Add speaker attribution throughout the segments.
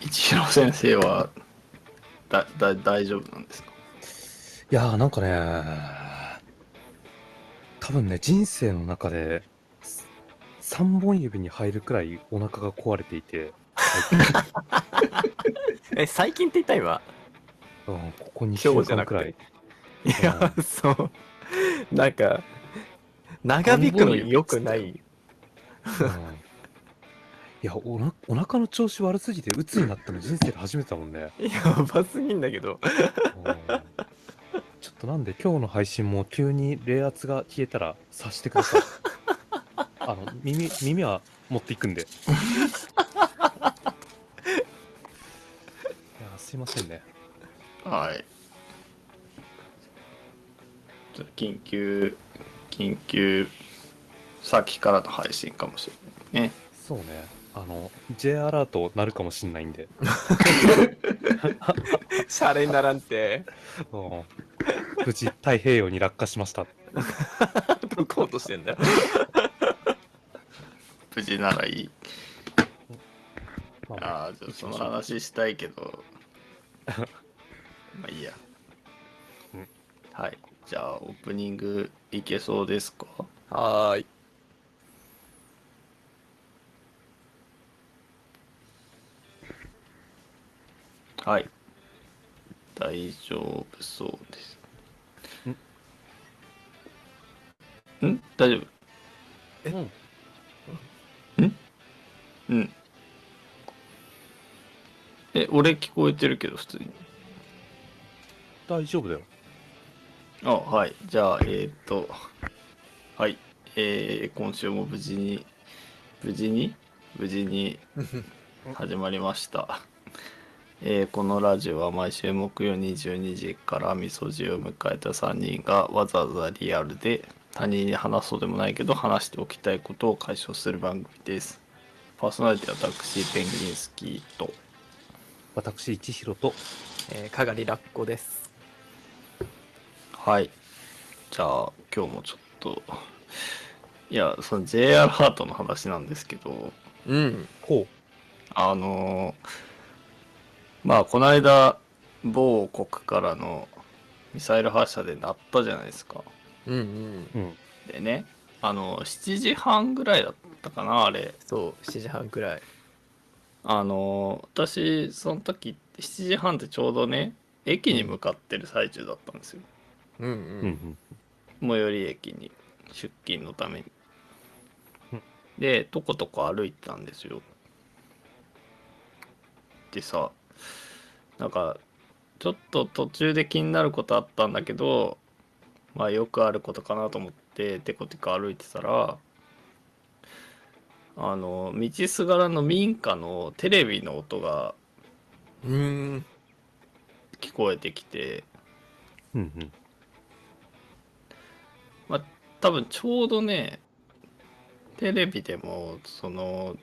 Speaker 1: 一郎先生はだだ大丈夫なんですか
Speaker 2: いやーなんかね多分ね人生の中で3本指に入るくらいお腹が壊れていて、
Speaker 3: え、最近って言った今。
Speaker 2: うん、ここ2週
Speaker 3: 今日じゃ
Speaker 2: 間
Speaker 3: なく
Speaker 2: く
Speaker 3: て
Speaker 2: らい
Speaker 3: いや、そう。なんか、長引くの良くない。
Speaker 2: うんいやおなお腹の調子悪すぎて鬱になったの人生で初めてだもんね、
Speaker 3: やばすぎんだけど。
Speaker 2: うんちょっとなんで今日の配信も急に冷圧が消えたら察してくだ さいあの耳耳は持ってい くんでいやすいませんね
Speaker 1: はいちょっと緊急緊急先からの配信かもしれないね
Speaker 2: そうねあの J アラートなるかもしんないんで、
Speaker 3: シャレにならん て。
Speaker 2: うん無事太平洋に落下しました
Speaker 3: どこ落としてんだよ。
Speaker 1: 無事ならいい
Speaker 2: まあ
Speaker 1: ああじゃあその話したいけ どまあいいや
Speaker 2: うん
Speaker 1: はいじゃあオープニングいけそうですか
Speaker 3: はーい。
Speaker 1: はい大丈夫そうですん大丈夫
Speaker 3: え
Speaker 2: うん
Speaker 1: うん。え、俺聞こえてるけど、普通に。
Speaker 2: 大丈夫だよ
Speaker 1: あ、はい。じゃあ、えーっと、はい。えー今週も無事に、無事に、無事に始まりました。えーこのラジオは毎週木曜22時からみそじを迎えた3人がわざわざリアルで他人に話そうでもないけど話しておきたいことを解消する番組です。パーソナリティは私、ペンギンスキーと。
Speaker 2: 私一広と
Speaker 3: えー、かがりラッコです。
Speaker 1: はい。じゃあ、今日もちょっと、いや、その J アラートの話なんですけど、
Speaker 3: うん。
Speaker 2: こ
Speaker 1: あのーまあ、この間、某国からのミサイル発射でなったじゃないですか。
Speaker 3: うんうん。
Speaker 2: う、うん、
Speaker 1: でね、あの、7時半ぐらいだったかな、あれ。
Speaker 3: そう、7時半くらい。
Speaker 1: あのー私、その時、7時半ってちょうどね、駅に向かってる最中だったんですよ。
Speaker 3: うん
Speaker 2: うんう
Speaker 1: 最
Speaker 2: ん
Speaker 1: 寄り駅に出勤のために
Speaker 2: うん
Speaker 1: でとことこ歩いてたんですよでさなんかちょっと途中で気になることあったんだけどまあよくあることかなと思ってテコテコ歩いてたらあの道すがらの民家のテレビの音が
Speaker 3: うん。うん。
Speaker 1: 聞こえてきて
Speaker 2: うんうん
Speaker 1: まあ、多分ちょうどねテレビでもその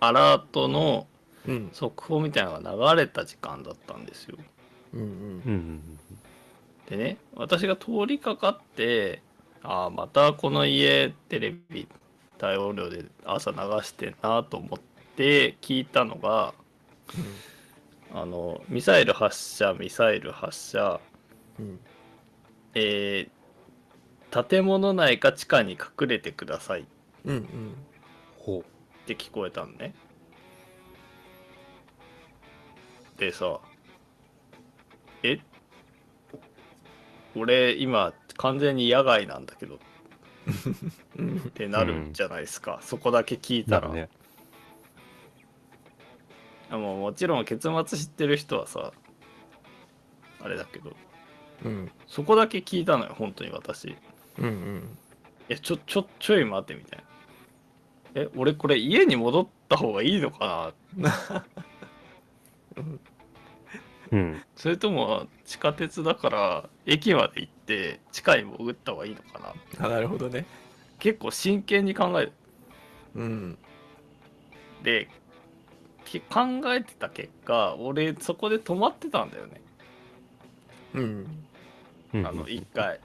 Speaker 1: アラートの
Speaker 3: うん。
Speaker 1: 速報みたいなのが流れた時間だったんですよ
Speaker 3: うんうん。
Speaker 2: うんうん
Speaker 1: でね私が通りかかってああまたこの家テレビ大音量で朝流してんなと思って聞いたのがあのミサイル発射ミサイル発射
Speaker 3: うん。
Speaker 1: えー建物内か地下に隠れてくださいっ
Speaker 3: うんうん。
Speaker 2: ほ
Speaker 1: って聞こえたのねでさえ俺今完全に野外なんだけどっ
Speaker 3: うん。
Speaker 1: てなるじゃないですか、そこだけ聞いうたら、
Speaker 2: ね
Speaker 1: もうもちろん結末知ってる人はさあれだけど
Speaker 3: うん。
Speaker 1: そこだけ聞いたのよ本当に私
Speaker 3: うんうん。
Speaker 1: えちょちょちょい待ってみたいなえ俺これ家に戻った方がいいのか
Speaker 2: うん
Speaker 1: なそれとも地下鉄だから駅まで行って地下に潜った方がいいのかな
Speaker 3: あ、なるほどね。
Speaker 1: 結構真剣に考え
Speaker 3: うん。
Speaker 1: てき考えてた結果俺そこで止まってたんだよね
Speaker 3: うん。
Speaker 2: うん
Speaker 1: あの1回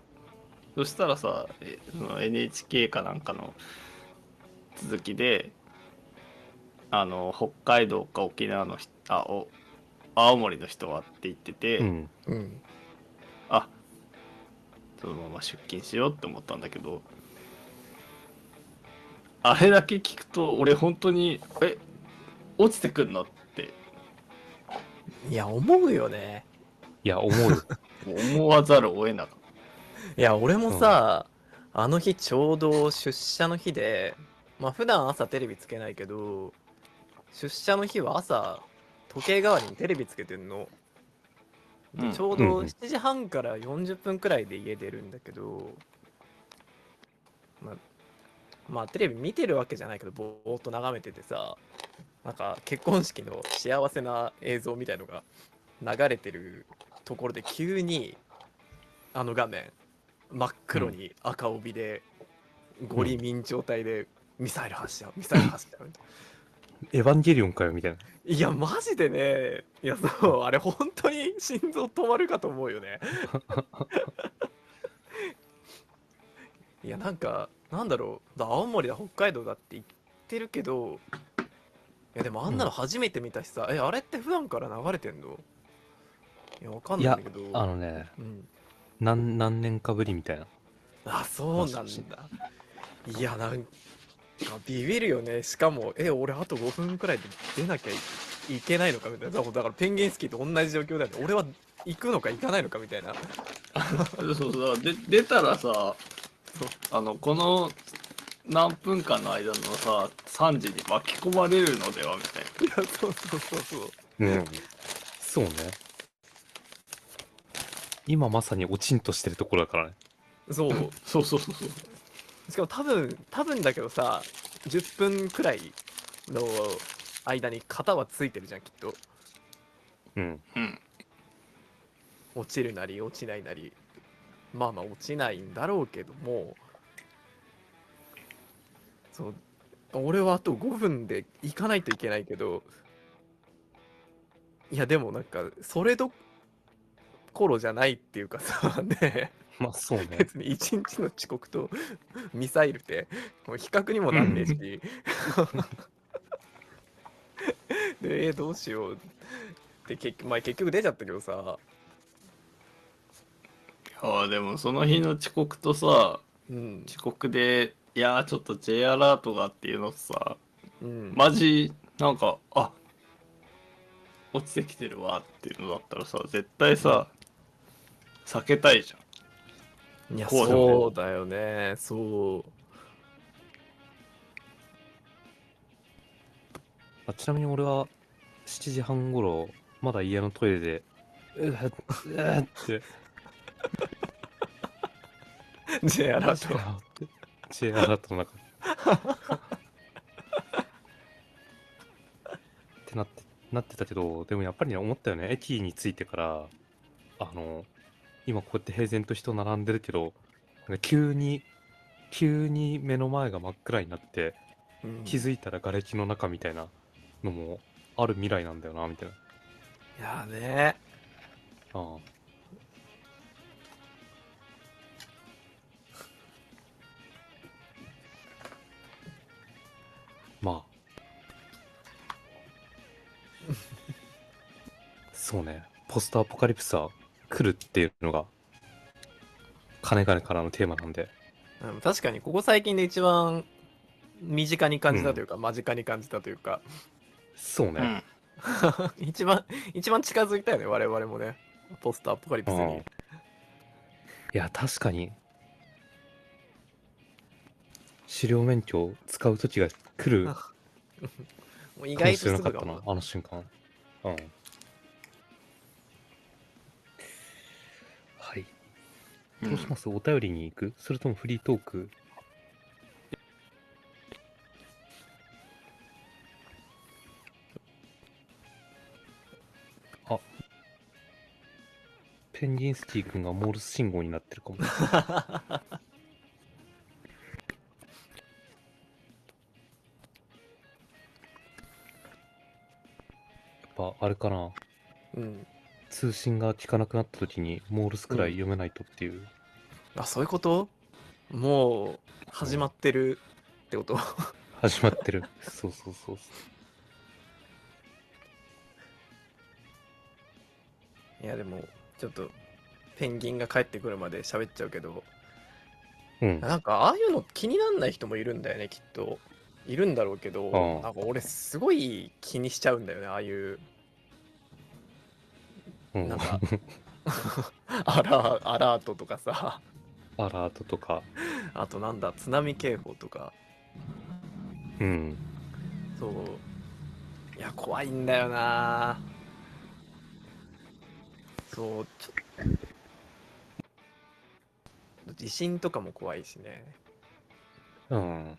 Speaker 1: そしたらさえその NHK かなんかの続きであの北海道か沖縄の人あお青森の人はって言ってて、
Speaker 2: うん。
Speaker 3: うん。
Speaker 1: あそのまま出勤しようって思ったんだけどあれだけ聞くと俺本当にえ落ちてくんのって
Speaker 3: いや、思うよね。
Speaker 2: いや、思うよ。
Speaker 1: 思わざるを得なかっ
Speaker 3: いや、俺もさ、あの日ちょうど出社の日で、まあ普段朝テレビつけないけど、出社の日は朝、時計代わりにテレビつけてんの。
Speaker 1: た、うん
Speaker 3: ちょう
Speaker 2: うん
Speaker 3: ど
Speaker 2: うん
Speaker 3: 7時半から40分くらいで家出るんだけど、まあ、まあテレビ見てるわけじゃないけどぼーっと眺めててさなんか結婚式の幸せな映像みたいのが流れてるところで急にあの画面真っ黒に赤帯でゴリ明朝体でミサイル発射ミサイル発射
Speaker 2: エヴァンゲリオンかよ、みたいな。
Speaker 3: いやマジでねいやそうあれ本当に心臓止まるかと思うよね いやなんかなんだろうだ青森だ北海道だって言ってるけどいやでもあんなの初めて見たしさ、えあれって普段から流れてんのいやわかんないんだけど
Speaker 2: あのね、
Speaker 3: うん、
Speaker 2: 何、何年かぶりみたいな。
Speaker 3: あそうなんだいやなんかビビるよねしかもえ俺あと5分くらいで出なきゃいいけないのかみたいなだからだからペンギンスキーと同じ状況だよね俺は行くのか行かないのかみたいな
Speaker 1: そうそうで出たらさあのこの何分間の間のさ3時に巻き込まれるのではみたいない
Speaker 3: やそうそうそうそう
Speaker 2: うん。そうね。今まさにおちんとしてるところだからね。
Speaker 3: そう
Speaker 1: そうそうそうそう
Speaker 3: しかも多分多分だけどさ10分くらいの間に型はついてるじゃんきっと
Speaker 2: うん。
Speaker 1: うん
Speaker 3: 落ちるなり落ちないなりまあまあ落ちないんだろうけどもそう俺はあと5分で行かないといけないけどいやでもなんかそれどころじゃないっていうかさね
Speaker 2: まあ、そう ね。
Speaker 3: 別に1日の遅刻とミサイルってもう比較にもなんねえしでえーどうしようって結局,、まあ、結局出ちゃったけどさ
Speaker 1: ああでもその日の遅刻とさ
Speaker 3: うん
Speaker 1: 遅刻でいやーちょっと J アラートがっていうのさ
Speaker 3: うん
Speaker 1: マジなんかあ落ちてきてるわっていうのだったらさ絶対さ避けたいじゃん
Speaker 3: いや
Speaker 1: こうだ
Speaker 2: よね
Speaker 3: そうだよねそう
Speaker 2: あちなみに俺は7時半ごろ、まだ家のトイレで、うっ、うっって、
Speaker 3: J アラート
Speaker 2: って、知恵アラートの中で。ってなって、なってたけど、でもやっぱりね思ったよね、駅に着いてから、あの、今こうやって平然と人並んでるけど、なんか急に、急に目の前が真っ暗になって、気づいたら瓦礫の中みたいなのもある未来なんだよな、みたいな。
Speaker 3: いやね
Speaker 2: ああまあ そうねポストアポカリプスは来るっていうのがかねがねからのテーマなんで
Speaker 3: うん確かにここ最近で一番身近に感じたというか、間近に感じたというか
Speaker 2: そうね、
Speaker 3: 一番一番近づいたよね我々もねポストアポカリプス
Speaker 2: うん
Speaker 3: に
Speaker 2: いや確かに狩猟免許を使う時が来る
Speaker 3: もう意
Speaker 2: 意外と
Speaker 3: 外とす
Speaker 2: す
Speaker 3: ぐ
Speaker 2: なか
Speaker 3: か
Speaker 2: ったな
Speaker 3: も、
Speaker 2: あの瞬間。うん。はい。
Speaker 1: うん
Speaker 2: どうしますお便りに行くそれともフリートークあペンギンスキー君がモールス信号になってるかも。 やっぱあれかな
Speaker 3: うん、
Speaker 2: 通信が効かなくなった時にモールスくらい読めないとっていう、
Speaker 3: あそういうこともう始まってるってこと
Speaker 2: 始まってるそうそうそうそう
Speaker 3: いやでもちょっとペンギンが帰ってくるまで喋っちゃうけど
Speaker 2: うん。
Speaker 3: なんかああいうの気になんない人もいるんだよねきっといるんだろうけど
Speaker 2: うん
Speaker 3: なんか俺すごい気にしちゃうんだよねああいう
Speaker 2: うん、
Speaker 3: なんか アラアラートとかさ
Speaker 2: アラートとか。
Speaker 3: あとなんだ津波警報とか
Speaker 2: うん。
Speaker 3: そういや怖いんだよなそうちょっと地震とかも怖いしね
Speaker 2: うん。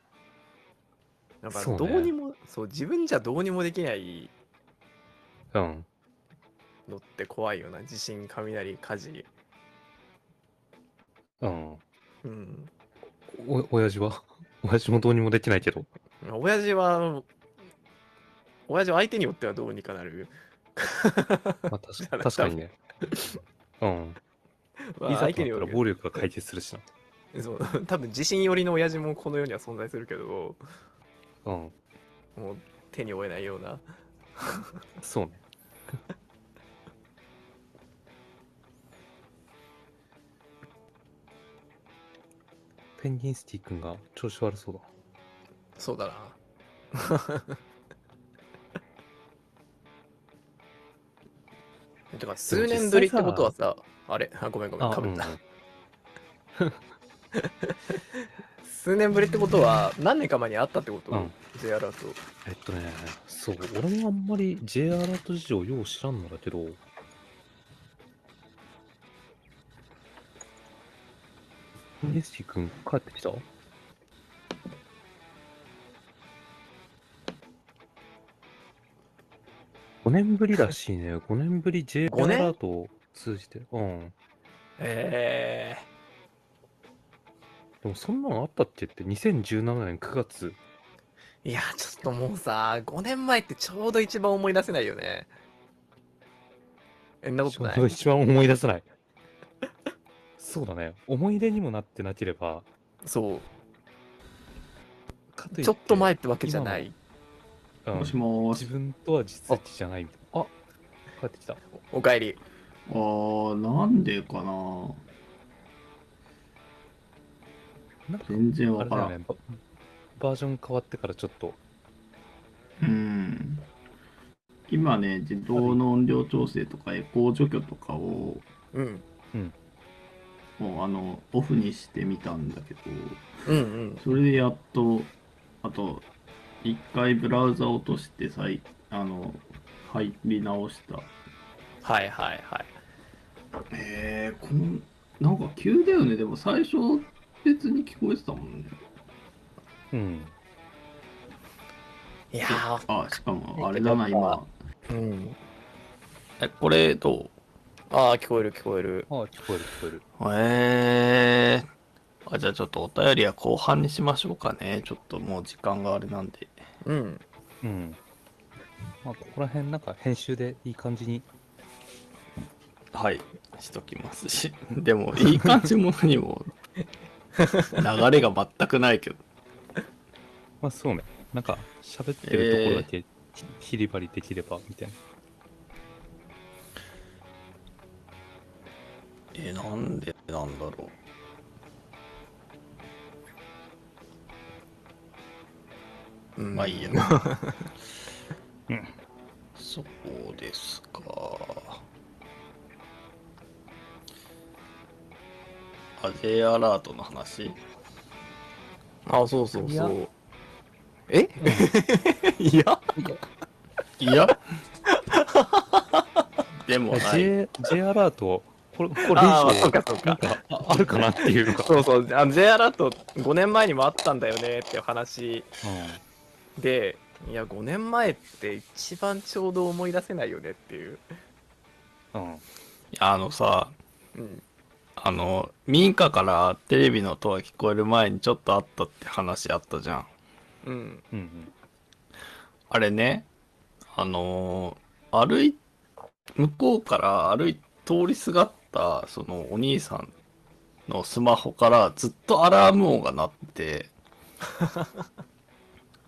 Speaker 3: なんか
Speaker 2: そうね
Speaker 3: どうにもそう,、自分じゃどうにもできない
Speaker 2: うん。
Speaker 3: のって怖いよな地震雷火事
Speaker 2: うん。
Speaker 3: うん
Speaker 2: お、親父は 親父もどうにもできないけど。
Speaker 3: まあ親父は親父は相手によってはどうにかなる、
Speaker 2: まあ、たし
Speaker 3: なら
Speaker 2: 確かにね。うん。
Speaker 3: まあ
Speaker 2: いざ
Speaker 3: 相
Speaker 2: とな
Speaker 3: 手に
Speaker 2: った
Speaker 3: よ
Speaker 2: ら
Speaker 3: る
Speaker 2: 暴力が解決するしな。
Speaker 3: そう 多分地震寄りの親父もこの世には存在するけど
Speaker 2: うん。
Speaker 3: もう手に負えないような
Speaker 2: そう ね。ペンギンスティ君が調子悪そうだ。
Speaker 3: そうだな。 てか数年ぶりってことはさ、あれあ、ごめんごめん、かぶった。
Speaker 2: うん
Speaker 3: 数年ぶりってことは、何年か前に会ったってこと、
Speaker 2: うん
Speaker 3: ?J アラート。
Speaker 2: えっとね、そう、俺もあんまり J アラート事情よう知らんのだけど、イエスティ君帰ってきた5年ぶりらしいね。5年ぶり J ア
Speaker 3: 五年
Speaker 2: ラートを通じて。うん。
Speaker 3: え
Speaker 2: でもそんなのあったっけって2017年9月。
Speaker 3: ー、いや、ちょっともうさ、5年前ってちょうど一番思い出せないよね。え、そんなことない。
Speaker 2: 一番思い出せない。そうだね。思い出にもなってなければ、
Speaker 3: そ。
Speaker 2: かというて
Speaker 3: ちょっと前ってわけじゃない。
Speaker 2: うん
Speaker 1: もしもー
Speaker 2: 自
Speaker 1: し。
Speaker 2: 分とは実績じゃないみたいなあ帰ってきた
Speaker 3: おかえり。
Speaker 1: あー、なんでかな
Speaker 2: なんか
Speaker 1: 全然
Speaker 2: あ
Speaker 1: わ
Speaker 2: れ
Speaker 1: か
Speaker 2: だ
Speaker 1: ら
Speaker 2: よ
Speaker 1: ん。
Speaker 2: ねババージョン変わってからちょっと
Speaker 1: うん。今ね、自動の音量調整とかエコー除去とかを、
Speaker 3: うん。
Speaker 1: もうあの、オフにしてみたんだけど、
Speaker 3: うんうん。
Speaker 1: それでやっと、あと、一回ブラウザ落として再、あの、入り直した。
Speaker 3: はいはいはい。
Speaker 1: えー、この、なんか急だよね。でも最初、別に聞こえてたもんね。
Speaker 2: うん
Speaker 3: いやー、
Speaker 1: あ、しかも、あれだな、今。
Speaker 3: うん。
Speaker 1: え、これ、ど
Speaker 3: ああ、聞こえる聞こえる。
Speaker 2: ああ聞こえる聞こえる
Speaker 1: うえー。あ、じゃあちょっとお便りは後半にしましょうかね。ちょっともう時間があれなんで。
Speaker 3: うん。
Speaker 2: うんまあここら辺なんか編集でいい感じに
Speaker 1: はい、しときますし。でも、いい感じも何も、 流れが全くないけど。
Speaker 2: まあそうねなんか喋ってるところだけひひりばりできればみたいな
Speaker 1: えーなんでなんだろう。
Speaker 3: うん
Speaker 1: まあいいや。
Speaker 2: うん
Speaker 1: そうですか。あ、J アラートの話
Speaker 3: あ、そうそう
Speaker 2: い
Speaker 3: そ
Speaker 2: や
Speaker 3: う。え いや
Speaker 1: いや でも
Speaker 2: いや
Speaker 1: ない。
Speaker 2: J, J アラートこれこれ以上
Speaker 3: ああ、そうかそう
Speaker 2: な
Speaker 3: か
Speaker 2: ん。かああるかなっていうか
Speaker 3: そうそう。あの J アラート5年前にもあったんだよねっていう話で、いや、5年前って一番ちょうど思い出せないよねっていう。
Speaker 2: うんうん
Speaker 1: あのさ、
Speaker 3: うん。
Speaker 1: あの、民家からテレビの音が聞こえる前にちょっとあったって話あったじゃん。
Speaker 3: うん。
Speaker 2: うん
Speaker 1: あれね、あのー歩い、向こうから歩い、通りすがった、そのお兄さんのスマホからずっとアラーム音が鳴って、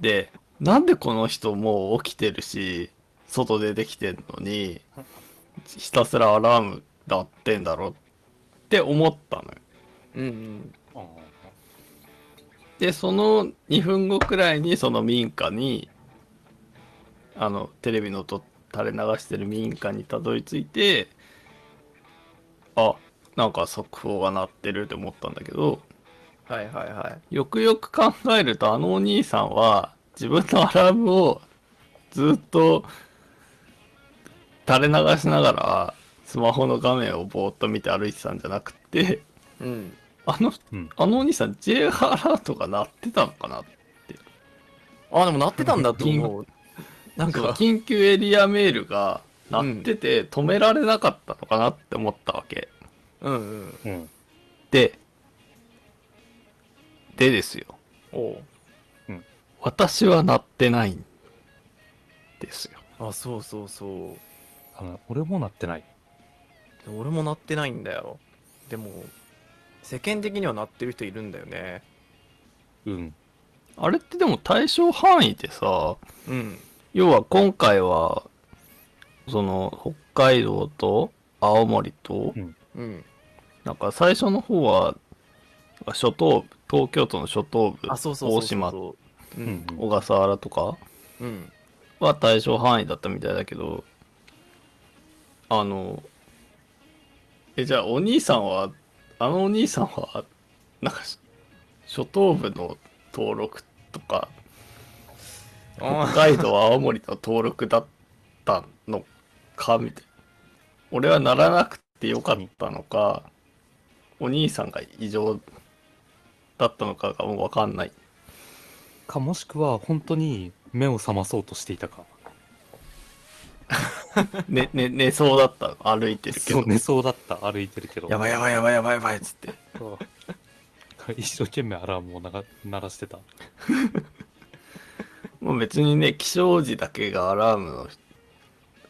Speaker 1: で、なんでこの人もう起きてるし、外出てきてんのに、ひたすらアラーム鳴ってんだろって思ったのよ。
Speaker 3: うんうん
Speaker 2: あ
Speaker 1: で、その2分後くらいにその民家に、あの、テレビの音垂れ流してる民家にたどり着いて、あ、なんか速報が鳴ってるって思ったんだけど、
Speaker 3: はいはいはい
Speaker 1: よくよく考えるとあのお兄さんは自分のアラームをずっと垂れ流しながらスマホの画面をぼーっと見て歩いてたんじゃなくて
Speaker 3: うん
Speaker 1: あの
Speaker 2: うん
Speaker 1: あのお兄さん J アラートが鳴ってたのかな
Speaker 3: あでも鳴ってたんだと 思うなん
Speaker 1: そう
Speaker 3: か
Speaker 1: 緊急エリアメールが鳴ってて止められなかったのかなって思ったわけ、
Speaker 3: うんうん
Speaker 2: ーうん
Speaker 1: ででですよ
Speaker 3: おう
Speaker 1: 私は鳴ってないんですよ
Speaker 3: あそうそうそう
Speaker 2: あの俺もなってない
Speaker 3: で俺も鳴ってないんだよでも世間的には鳴ってる人いるんだよね
Speaker 2: うん
Speaker 1: あれってでも対象範囲でさ、
Speaker 3: うん
Speaker 1: 要は今回は、その、北海道と青森と、
Speaker 3: うん
Speaker 1: なんか最初の方は、初頭部、東京都の初頭部、
Speaker 3: あそうそうそう
Speaker 1: 大島、
Speaker 3: そうう
Speaker 2: うんん
Speaker 1: 小笠原とか
Speaker 3: うん
Speaker 1: は対象範囲だったみたいだけど、あの、え、じゃあお兄さんは、あのお兄さんは、なんか、初頭部の登録とか、北
Speaker 3: あ
Speaker 1: 海道青森の登録だったのかみたいな俺はならなくてよかったのかお兄さんが異常だったのかがもう分かんない
Speaker 2: かもしくは本当に目を覚まそうとしていたか
Speaker 1: 寝、ねね、寝そうだったの歩いてるけ
Speaker 2: そ
Speaker 1: ど
Speaker 2: う寝そうだった歩いてるけど
Speaker 1: やばいやばいやばいやばいやばいっつって
Speaker 2: そう 一生懸命アラームを鳴ら鳴らしてた
Speaker 1: もう別にね起床時だけがアラームを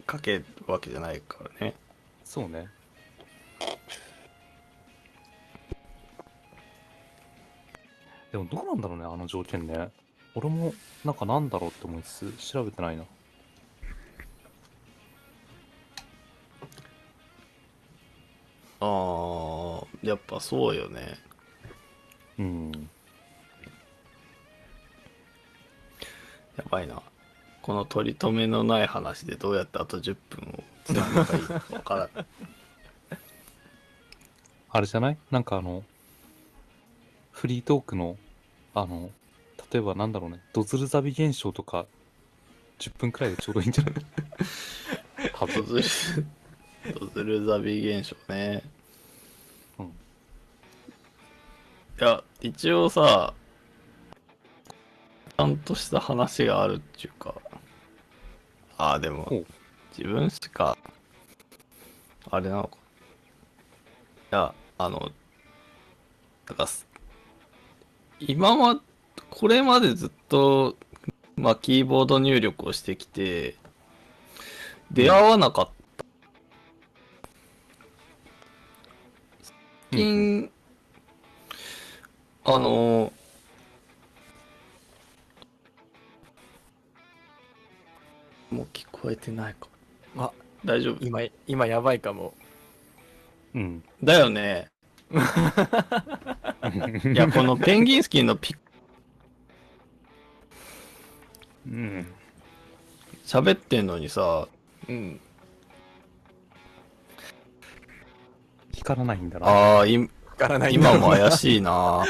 Speaker 1: かけるわけじゃないからね
Speaker 2: そうねでもどうなんだろうねあの条件ね俺もなんかなんだろうって思いつつ調べてないな
Speaker 1: あーやっぱそうよね
Speaker 2: うん
Speaker 1: やばいな。この取り留めのない話でどうやってあと10分をつなぐのがいいかわから ない。
Speaker 2: あれじゃないなんかあのフリートークのあの例えばなんだろうねドズルザビ現象とか10分くらいでちょうどいいん じゃない多
Speaker 1: ド
Speaker 2: 分
Speaker 1: ズル、ドズルザビ現象ね。
Speaker 2: うん
Speaker 1: いや、一応さ、ちゃんとした話があるっていうか。ああ、でも
Speaker 2: ほう、
Speaker 1: 自分しか、あれなのか。いや、あの、だからす、今は、これまでずっと、まあ、キーボード入力をしてきて、出会わなかった。最
Speaker 2: うんうん
Speaker 1: 近、あの、もう聞こえてないか。
Speaker 3: あ
Speaker 1: 大丈夫
Speaker 3: 今今やばいかも
Speaker 2: うん
Speaker 1: だよね。いや、このペンギンスキーのピッ
Speaker 2: うん
Speaker 1: 喋ってんのにさ、
Speaker 3: うん
Speaker 2: 光らないんだな
Speaker 1: ああ、い
Speaker 3: わからない
Speaker 1: 今も怪しいな。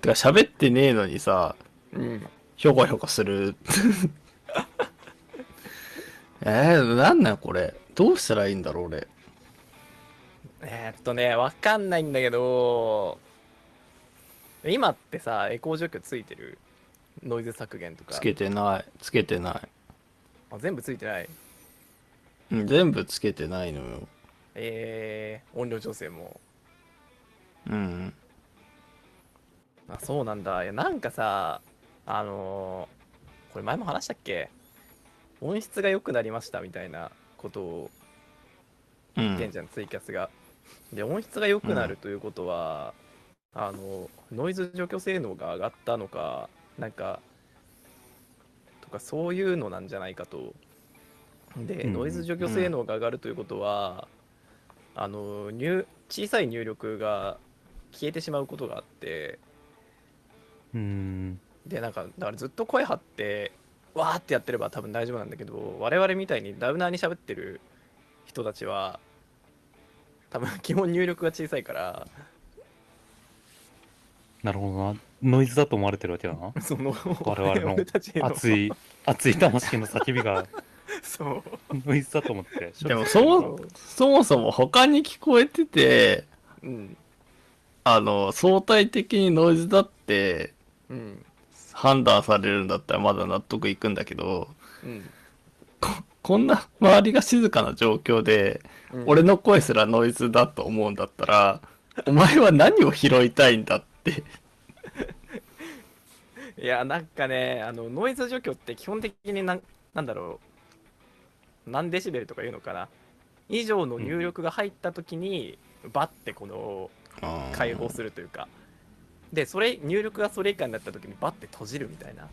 Speaker 1: てか喋ってねえのにさ、
Speaker 3: うん
Speaker 1: ひょこひょこする。 えー、なんなんこれ。どうしたらいいんだろう、俺。
Speaker 3: えーっとねわかんないんだけど今ってさエコー除去ついてるノイズ削減とか
Speaker 1: つけてない。つけてな
Speaker 3: あ全部ついてない
Speaker 1: い。うん、全部つけてないのよ。
Speaker 3: えー、音量調整も
Speaker 1: うん。
Speaker 3: あそうなんだいやなんかさあのーこれ前も話したっけ音質が良くなりましたみたいなことを
Speaker 1: う
Speaker 3: 言ってん
Speaker 1: ん。
Speaker 3: じゃん、ツイキャスがで音質が良くなるということは、あのノイズ除去性能が上がったのかなんかとかそういうのなんじゃないかとで、
Speaker 2: うん
Speaker 3: ノイズ除去性能が上がるということは、あの入小さい入力が消えてしまうことがあって
Speaker 2: うーん。
Speaker 3: でなんかだからずっと声張ってわーってやってれば多分大丈夫なんだけど我々みたいにダウナーに喋ってる人たちは多分 基本入力が小さ いから
Speaker 2: なるほどな。ノイズだと思われてるわけだな。
Speaker 3: その
Speaker 2: 我々の
Speaker 3: 俺たちへの
Speaker 2: 熱い、熱い魂の叫びが
Speaker 3: そう
Speaker 2: ノイズだと思って。
Speaker 1: でもそそもそも他に聞こえてて、
Speaker 3: うん
Speaker 1: あの、相対的にノイズだって
Speaker 3: うん
Speaker 1: 判断されるんだったらまだ納得いくんだけど、
Speaker 3: うん
Speaker 1: ここんな周りが静かな状況で、
Speaker 3: うん
Speaker 1: 俺の声すらノイズだと思うんだったら、お前は何を拾いたいんだって。
Speaker 3: いやなんかねあのノイズ除去って基本的になんなんだろう何デシベルとかいうのかな以上の入力が入った時に、バッてこの解放するというかでそれ入力がそれ以下になった時にバッて閉じるみたいな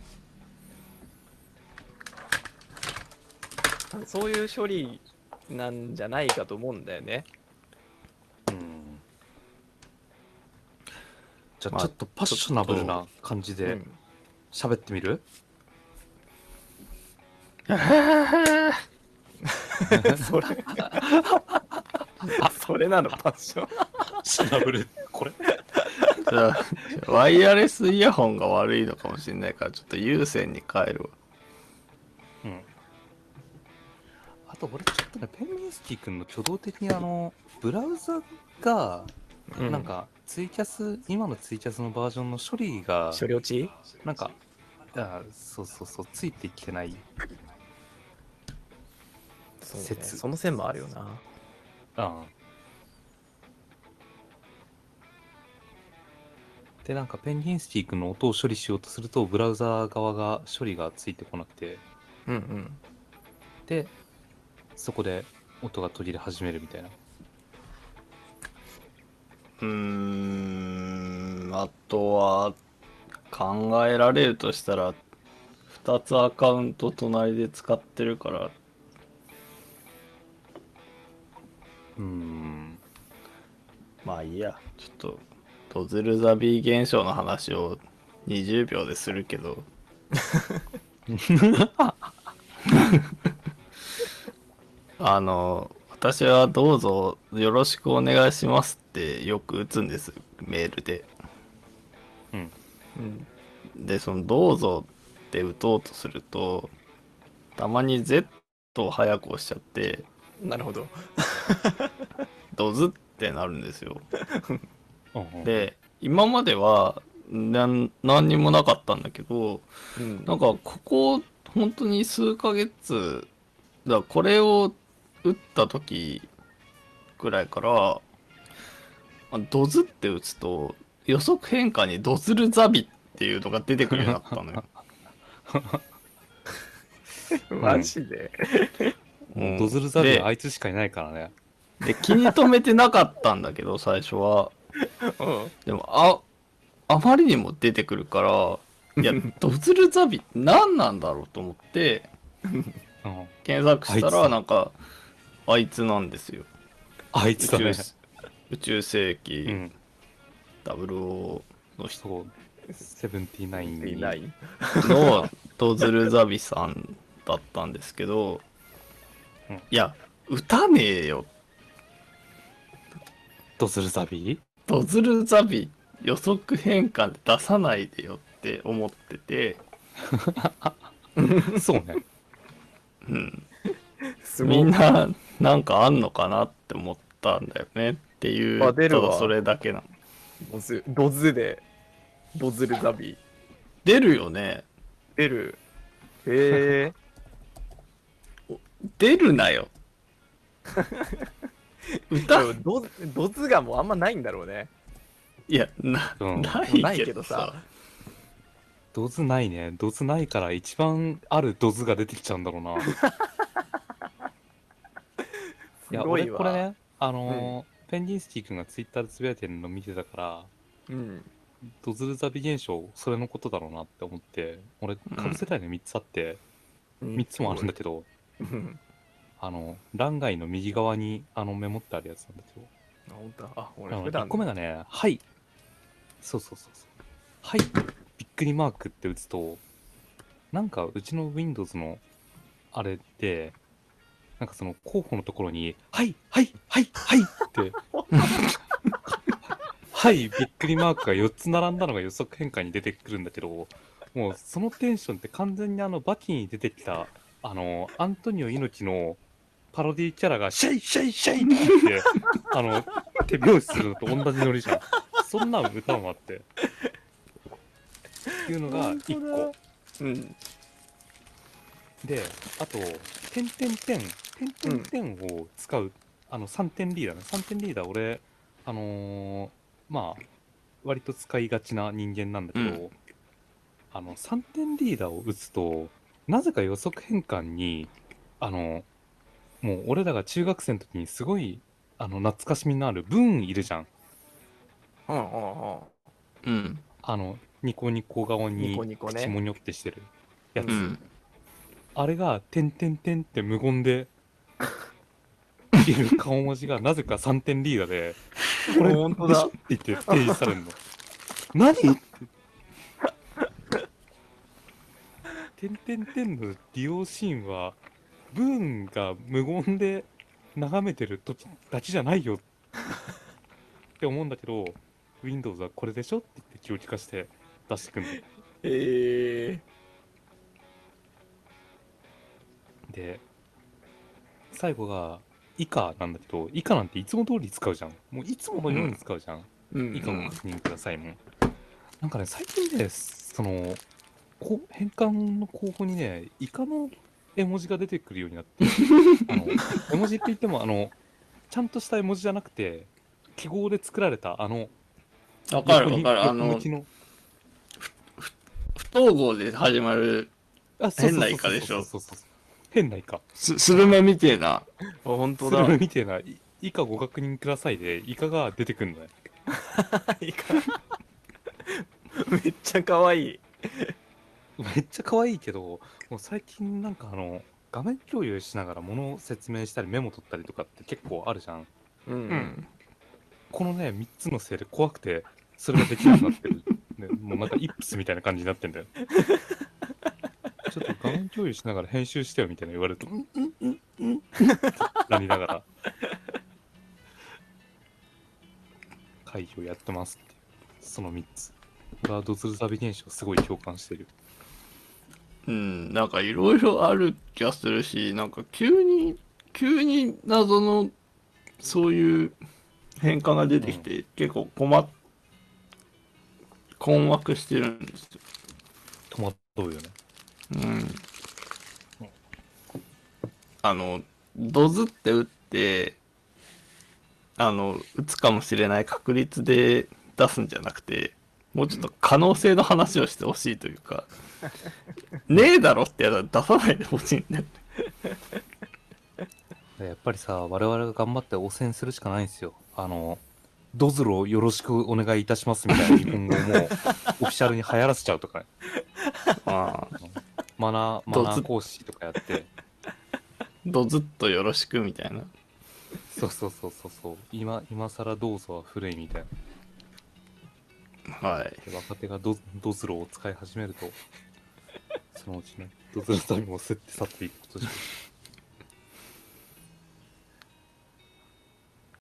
Speaker 3: そういう処理なんじゃないかと思うんだよね
Speaker 2: うんじゃ
Speaker 1: ま
Speaker 2: あ
Speaker 1: あ
Speaker 2: ちょっとパッショナブルな感じ
Speaker 3: う
Speaker 2: で
Speaker 3: ん
Speaker 2: 喋ってみる、
Speaker 3: それそれな のパッション
Speaker 2: パッショナブルこれ
Speaker 1: じゃあワイヤレスイヤホンが悪いのかもしれないから、ちょっと有線に変えるわ。
Speaker 2: うんあと俺ちょっとねペンミンスキー君の挙動的にあのブラウザが
Speaker 3: うん
Speaker 2: なんかツイキャス、今のツイキャスのバージョンの処理が
Speaker 3: 処理落ち
Speaker 2: なんかあそうそうそうついてきてない
Speaker 3: そうね
Speaker 2: 説
Speaker 3: その線もあるよな
Speaker 2: あでなんかペンギンスティックの音を処理しようとするとブラウザー側が処理がついてこなくて
Speaker 3: うんうん
Speaker 2: でそこで音が途切れ始めるみたいな
Speaker 1: うーん、あとは考えられるとしたら、2つアカウント隣で使ってるから、
Speaker 2: うーん
Speaker 1: まあいいや、ちょっと、ドズルザビー現象の話を20秒でするけ ど、あの、私はどうぞよろしくお願いしますってよく打つんです、メールで。
Speaker 2: うん
Speaker 3: うん
Speaker 1: で、その、どうぞって打とうとすると、たまに Z を早く押しちゃって、
Speaker 3: なるほど
Speaker 1: ドズってなるんですよ。
Speaker 2: うん
Speaker 1: で、今までは、なん何にもなかったんだけど、
Speaker 3: うん
Speaker 1: なんか、ここ、本当に数ヶ月、だこれを打った時ぐらいから、あドズって打つと、予測変化にドズルザビっていうのが出てくるようになったの よ。
Speaker 3: マジで
Speaker 1: うん
Speaker 2: ドズルザビ
Speaker 1: で
Speaker 2: はあいつしかいないからね
Speaker 1: で気に留めてなかったんだけど最初は
Speaker 3: うん
Speaker 1: でもああまりにも出てくるから いやドズルザビ何なんだろうと思って
Speaker 2: うん
Speaker 1: 検索した
Speaker 2: あい
Speaker 1: ら
Speaker 2: つ
Speaker 1: なんかあいつなんですよ
Speaker 2: あい
Speaker 1: 宇
Speaker 2: つだ
Speaker 1: 宙
Speaker 2: ね
Speaker 1: 宇宙世
Speaker 2: う
Speaker 1: 紀
Speaker 2: ん
Speaker 1: 00の人
Speaker 2: そう79に
Speaker 3: いない
Speaker 1: のドズルザビさんだったんですけど
Speaker 2: うん
Speaker 1: いや打たねえよ
Speaker 2: ドズルザビ
Speaker 1: ドズルザビ予測変換で出さないでよって思ってて
Speaker 2: そうね
Speaker 1: うん
Speaker 3: すごい
Speaker 1: みんななんかあんのかなって思ったんだよねっていう
Speaker 3: あ出るわ
Speaker 1: ただそれだけなの
Speaker 3: ドズドズでドズルザビ
Speaker 1: 出るよね
Speaker 3: 出るへ
Speaker 1: 出るなよ
Speaker 3: え
Speaker 1: 歌
Speaker 3: ー、でもドズドズがもうあんまないんだろうね
Speaker 1: いやな,、
Speaker 2: うん
Speaker 1: な
Speaker 3: ないい
Speaker 1: け
Speaker 3: け
Speaker 1: ど
Speaker 3: ど
Speaker 1: さ
Speaker 3: さ
Speaker 2: ドズないねドズないから一番あるドズが出てきちゃうんだろう な
Speaker 3: すごいわ
Speaker 2: 俺これね、あのーペンギンスキー君がツイッターでつぶやいてるの見てたから、
Speaker 3: うん
Speaker 2: ドズルザビ現象、それのことだろうなって思って、俺、かぶせたいの3つあって、 3つもあるんだけど、
Speaker 3: うん
Speaker 2: あの、欄外の右側にあのメモってあるやつなんだけど、
Speaker 3: あ本当だあ
Speaker 2: あ
Speaker 3: 俺
Speaker 2: の
Speaker 3: 普
Speaker 2: 1
Speaker 3: 段
Speaker 2: 個目がね、はい。そうそうそうそう。はい。びっくりマークって打つと、なんかうちの Windows のあれで、なんかその候補のところに、はい、はい、はい、はい って、はい、びっくりマークが4つ並んだのが予測変換に出てくるんだけど、もうそのテンションって完全にあのバキに出てきた、あの、アントニオ猪木のパロディキャラが、シャイシャイシャイって言って、 あの、手拍子するのと同じノリじゃん。そんなん歌もあって。っていうのが1個。
Speaker 3: うん
Speaker 2: で、あと、点点点、点点点を使う、あの、3点リーダーね。3点リーダー、俺、あのーまあ、割と使いがちな人間なんだけど、
Speaker 1: う
Speaker 2: あの、3点リーダーを打つと、なぜか予測変換に、あの、もう俺らが中学生の時にすごい、あの、懐かしみのあるブーンいるじゃん。
Speaker 3: うんうんうん
Speaker 1: うん。
Speaker 2: あの、ニコニコ顔に
Speaker 3: ニコニコね
Speaker 2: 口もにょってしてるやつ。
Speaker 1: うん。
Speaker 2: あれが、てんてんてんって無言で、いる顔文字が、なぜか3点リーダーで、これ、
Speaker 3: 本当だ
Speaker 2: でしょって言って提示されるの。何てんてんてんの利用シーンは、ブーンが無言で眺めてる時だけじゃないよって思うんだけど、Windows はこれでしょって言って気を利かして出してくるの。
Speaker 3: へえ
Speaker 2: で最後が以下なんだけど以下なんていつも通り使うじゃんもういつものように使うじゃん、
Speaker 3: うん
Speaker 2: 以下ご確認くださいもん、なんかね最近ねそのこう変換の候補にねイカの絵文字が出てくるようになって あの絵文字って言ってもあのちゃんとした絵文字じゃなくて記号で作られたあの
Speaker 1: わかる
Speaker 2: 横
Speaker 1: わ
Speaker 2: に
Speaker 1: かる。あ
Speaker 2: 横
Speaker 1: の
Speaker 2: 向き、の
Speaker 1: 不統合で始まる
Speaker 2: あそうそ
Speaker 1: 変
Speaker 2: う
Speaker 1: な
Speaker 2: そう
Speaker 1: イカでしょ
Speaker 2: そうそうそう変なイカ
Speaker 1: すスルメみてえな。
Speaker 3: あ本当
Speaker 2: そ
Speaker 3: だ
Speaker 2: れみたいな、い以下ご確認くださいで、イカが出てくるのね。
Speaker 3: いか めっちゃ可愛い
Speaker 2: めっちゃ可愛いけど、もう最近なんかあの、画面共有しながら物を説明したりメモ取ったりとかって結構あるじゃん。
Speaker 3: うん
Speaker 1: ん
Speaker 2: このね、3つのせいで怖くて、それができなくなって る。ね、もうなんかイップスみたいな感じになってんだよ。ちょっと画面共有しながら編集してよみたいな言われると、うんうんうんうん。なりながら。会議をやってますっていう。その3つ。これはドツルザビ現象すごい共感してる。
Speaker 1: うん。なんかいろいろある気がするし、なんか急に、急に謎の、そういう変化が出てきて、結構困っ、困惑してるんですよ。
Speaker 2: 戸惑うよね。
Speaker 1: うん。あの、ドズって打って、あの、打つかもしれない確率で出すんじゃなくて、もうちょっと可能性の話をしてほしいという か、ねえだろってやつは出さないでほしいんだよね。
Speaker 2: やっぱりさ、我々が頑張って汚染するしかないんですよ。あの、ドズルをよろしくお願いいたしますみたいな日本語をもう、オフィシャルに流行らせちゃうとかね。
Speaker 1: ああ、
Speaker 2: マナー、マナー講師とかやって、
Speaker 1: ドズっとよろしくみたいな。
Speaker 2: そうそうそうそうそう、今、今更どうぞは古いみたいな。
Speaker 1: はい。
Speaker 2: で若手がドドズロを使い始めると、そのうちね、ドズロさんも吸って去っていくことしか